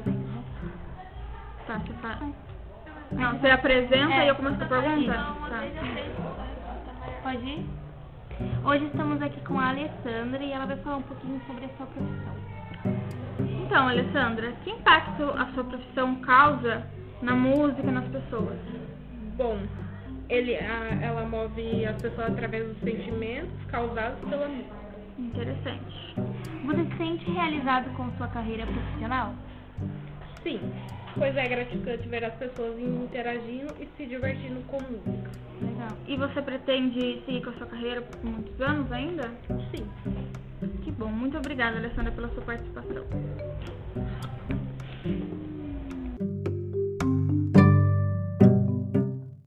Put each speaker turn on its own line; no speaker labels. né? Tá, você fa... Não, você apresenta
É,
e eu começo a
eu falei.
perguntar.
Não,
Tá.
Pode ir? Hoje estamos aqui com a Alessandra e ela vai falar um pouquinho sobre a sua profissão.
Então, Alessandra, que impacto a sua profissão causa na música, nas pessoas?
Bom, ele, a- ela move as pessoas através dos sentimentos causados pela música.
Interessante.
Você se sente realizado com sua carreira profissional?
Sim, pois é gratificante ver as pessoas interagindo e se divertindo com música.
Legal.
E você pretende seguir com a sua carreira por muitos anos ainda?
Sim.
Que bom. Muito obrigada, Alessandra, pela sua participação.